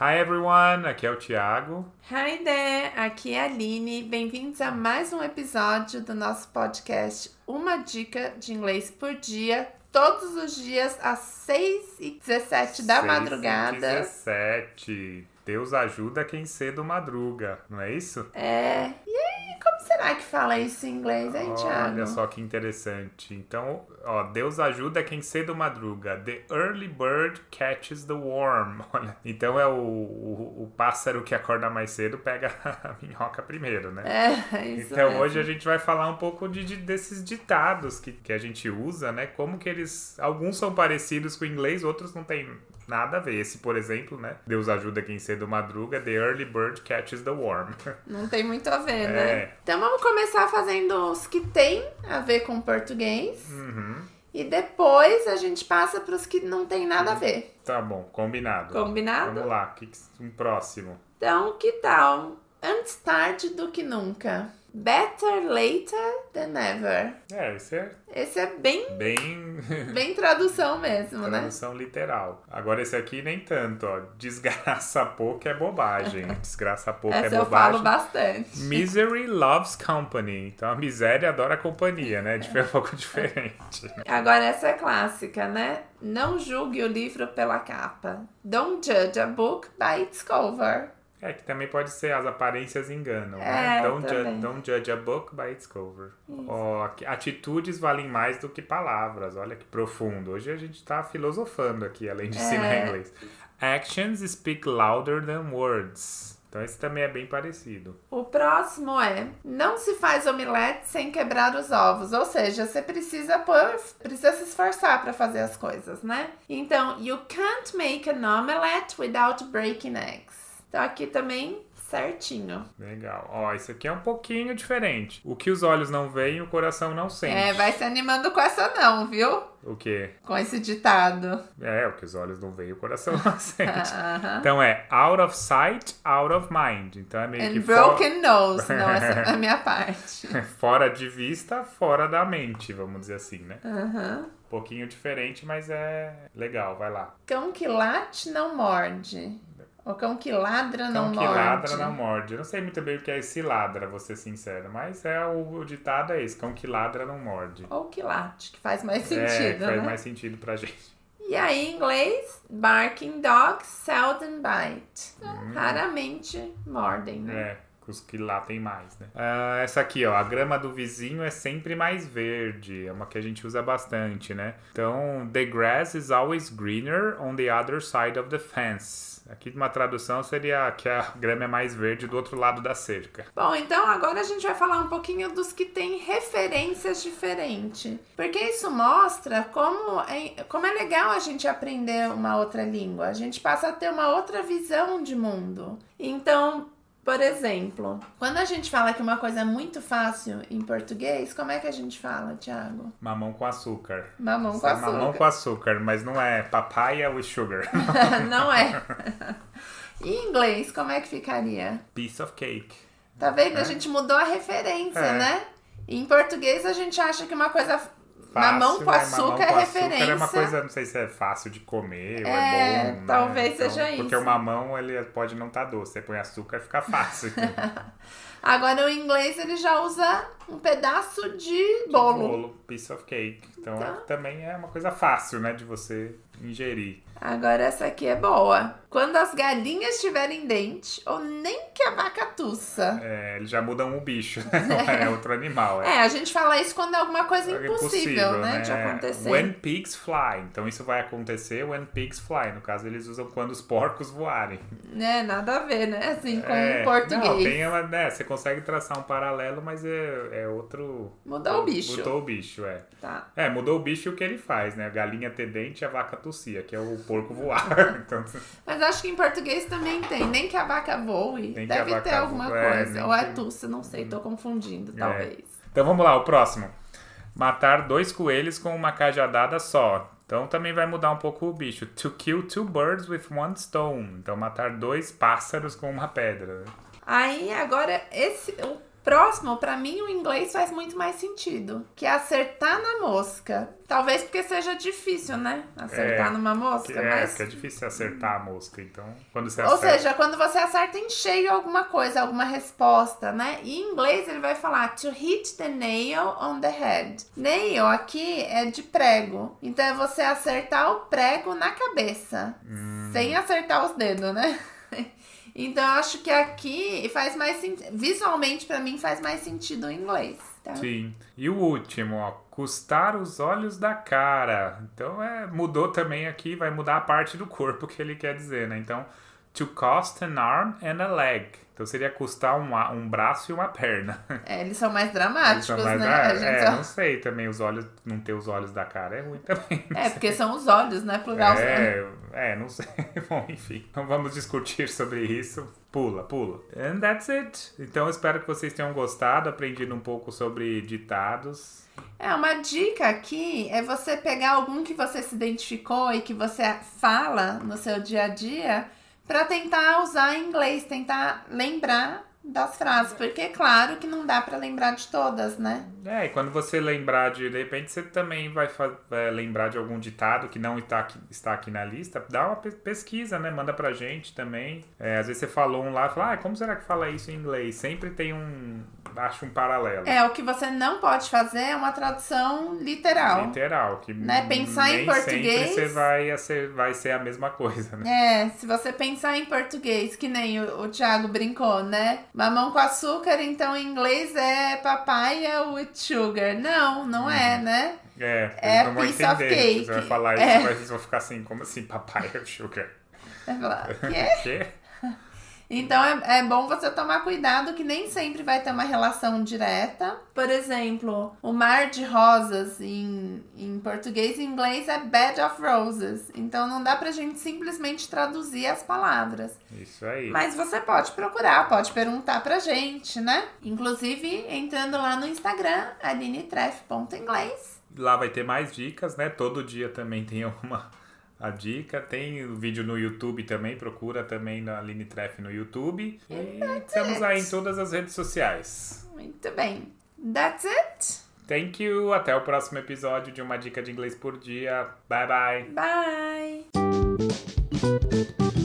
Hi everyone, aqui é o Thiago. Hi there, aqui é a Aline. Bem-vindos a mais um episódio do nosso podcast Uma Dica de Inglês por Dia, todos os dias às 6 e 17 da 6 e madrugada. 17. Deus ajuda quem cedo madruga, não é isso? É. E aí, como será que fala isso em inglês, hein, Thiago? Olha só que interessante. Então, ó, Deus ajuda quem cedo madruga. The early bird catches the worm. Olha, então é o, o, o pássaro que acorda mais cedo pega a minhoca primeiro, né? É, isso Então mesmo. hoje a gente vai falar um pouco de, de- desses ditados que, que a gente usa, né? Como que eles. Alguns são parecidos com o inglês, outros não tem nada a ver. Esse, por exemplo, né? Deus ajuda quem cedo madruga, the early bird catches the worm. Não tem muito a ver, É. né? Então vamos começar fazendo os que tem a ver com português. Uhum. E depois a gente passa para os que não tem nada a ver. Tá bom, combinado. Combinado? Vamos lá, que que- um próximo. Então, que tal? Antes tarde do que nunca. Better later than never. É, esse é Esse é bem, bem bem tradução mesmo, né? tradução literal. Agora esse aqui nem tanto, ó. Desgraça pouco é bobagem. Desgraça pouco Essa é eu falo bobagem. bastante. Misery loves company. Então a miséria adora a companhia, né? Dif- É um pouco diferente. Agora, essa é clássica, né? Não julgue o livro pela capa. Don't judge a book by its cover. É que também pode ser as aparências enganam, né? É, Don't, também. ju don't judge a book by its cover. Ó, aqui, atitudes valem mais do que palavras. Olha que profundo. Hoje a gente tá filosofando aqui, além É. de ensinar inglês. Actions speak louder than words. Então esse também é bem parecido. O próximo é: não se faz omelete sem quebrar os ovos. Ou seja, você precisa pôr, precisa se esforçar para fazer as coisas, né? Então, you can't make an omelette without breaking eggs. Então, aqui também certinho. Legal. Ó, esse aqui é um pouquinho diferente. O que os olhos não veem, o coração não sente. É, vai se animando com essa, não, viu? O quê? Com esse ditado. É, o que os olhos não veem, o coração não sente. Aham. Então é out of sight, out of mind. Então é meio And que fo- broken nose. Não, essa é a minha parte. fora de vista, fora da mente, vamos dizer assim, né? Aham. Um pouquinho diferente, mas é legal, vai lá. Cão que late não morde. O cão que ladra não Cão que morde. ladra não morde. Eu não sei muito bem o que é esse ladra, vou ser sincero, mas é o, o ditado é esse, cão que ladra não morde. Ou quilate, que faz mais é, sentido, faz né? mais sentido pra gente. E aí, em inglês, barking dogs seldom bite. Então, raramente mordem, né? Hum. É, os que lá tem mais, né? Ah, essa aqui, ó. A grama do vizinho é sempre mais verde. É uma que a gente usa bastante, né? Então, the grass is always greener on the other side of the fence. Aqui uma tradução seria que a grama é mais verde do outro lado da cerca. Bom, então agora a gente vai falar um pouquinho dos que têm referências diferentes. Porque isso mostra como é, como é legal a gente aprender uma outra língua. A gente passa a ter uma outra visão de mundo. Então, por exemplo, quando a gente fala que uma coisa é muito fácil em português, como é que a gente fala, Thiago? Mamão com açúcar. Mamão com Isso é açúcar. Mamão com açúcar, mas não é papaya with sugar. Não é. E em inglês, como é que ficaria? Piece of cake. Tá vendo? A gente mudou a referência, É. né? Em português a gente acha que uma coisa. mamão com né? açúcar Mamão com açúcar é é uma referência. coisa, não sei se é fácil de comer ou é É, bom. né? talvez seja Porque isso. o mamão ele pode não estar doce, você põe açúcar fica fácil. Tipo Agora o inglês ele já usa um pedaço de bolo. Tá. piece of cake. Então é- também é uma coisa fácil, né, de você ingerir. Agora essa aqui é boa. Quando as galinhas tiverem dente, ou nem que a vaca tussa. É, eles já mudam o bicho, né? Não é outro animal. É. É, a gente fala isso quando é alguma coisa É impossível, né, De acontecer. When pigs fly. Então isso vai acontecer when pigs fly. No caso, eles usam quando os porcos voarem. Né, nada a ver, né? Assim, com É, o português. Não, tem uma, né, você consegue traçar um paralelo, mas é, é outro. Mudou o bicho. Mudou o bicho, é. Tá. É, mudou o bicho e o que ele faz, né? A galinha ter dente e a vaca tossia, que é o porco voar. Então, Mas acho que em português também tem. Nem que a vaca voe, Nem que a deve vaca ter alguma voe, é, coisa. nem Ou é que- Uhum. tussa, não sei, tô confundindo, talvez. então vamos lá, o próximo. Matar dois coelhos com uma cajadada só. Então também vai mudar um pouco o bicho. To kill two birds with one stone. Então matar dois pássaros com uma pedra. né? Aí agora, esse. O próximo, para mim o inglês faz muito mais sentido, que é acertar na mosca. Talvez porque seja difícil, né? Acertar É, numa mosca, é, mas porque é difícil acertar a mosca, então. Quando você Ou acerta. seja, quando você acerta em cheio alguma coisa, alguma resposta, né? E em inglês ele vai falar to hit the nail on the head. Nail aqui é de prego. Então é você acertar o prego na cabeça. Hum. Sem acertar os dedos, né? Então eu acho que aqui faz mais sentido. Visualmente, pra mim, faz mais sentido em inglês. Tá? Sim. E o último, ó, custar os olhos da cara. Então é, mudou também aqui, vai mudar a parte do corpo que ele quer dizer, né? Então, to cost an arm and a leg. Então seria custar um, a- um braço e uma perna. É, eles são mais Eles dramáticos, são mais- né? ah, A gente é, só- não sei também, os olhos, não ter os olhos da cara é ruim também. não é, sei. porque são os olhos, né? Plural. É, é, não sei. Bom, enfim, não vamos discutir sobre isso. Pula, pula. And that's it. Então espero que vocês tenham gostado, aprendido um pouco sobre ditados. É, uma dica aqui é você pegar algum que você se identificou e que você fala no seu dia a dia para tentar usar em inglês, tentar lembrar das frases, porque é claro que não dá para lembrar de todas, né? É, e quando você lembrar de, de repente você também vai, fa- vai lembrar de algum ditado que não está aqui, está aqui na lista, dá uma pe- pesquisa, né? Manda pra gente também. É, às vezes você falou um lá e fala, ah, como será que fala isso em inglês? Sempre tem um. Acho um paralelo. É, o que você não pode fazer é uma tradução literal. Literal, que Né, pensar em nem português- sempre você vai, ser, vai ser a mesma coisa, né? É, se você pensar em português, que nem o, o Thiago brincou, né? Mamão com açúcar, então em inglês é papaya with sugar. Não, não é, né? É, eles É não vão piece entender. né? Você of vai cake. falar isso, É. mas eles vão ficar assim, como assim, papai é sugar? Vai falar, "Que é O quê? Então é, é bom você tomar cuidado que nem sempre vai ter uma relação direta. Por exemplo, o mar de rosas em, em português e inglês é bed of roses. Então não dá pra gente simplesmente traduzir as palavras. Isso aí. Mas você pode procurar, pode perguntar pra gente, né? Inclusive entrando lá no Instagram, alinetref.inglês. Lá vai ter mais dicas, né? Todo dia também tem uma a dica. Tem o vídeo no YouTube também, procura também na Aline Treff no YouTube. E estamos aí em todas as redes sociais. Muito bem. That's it. Thank you, até o próximo episódio de Uma Dica de Inglês por Dia. Bye bye! Bye.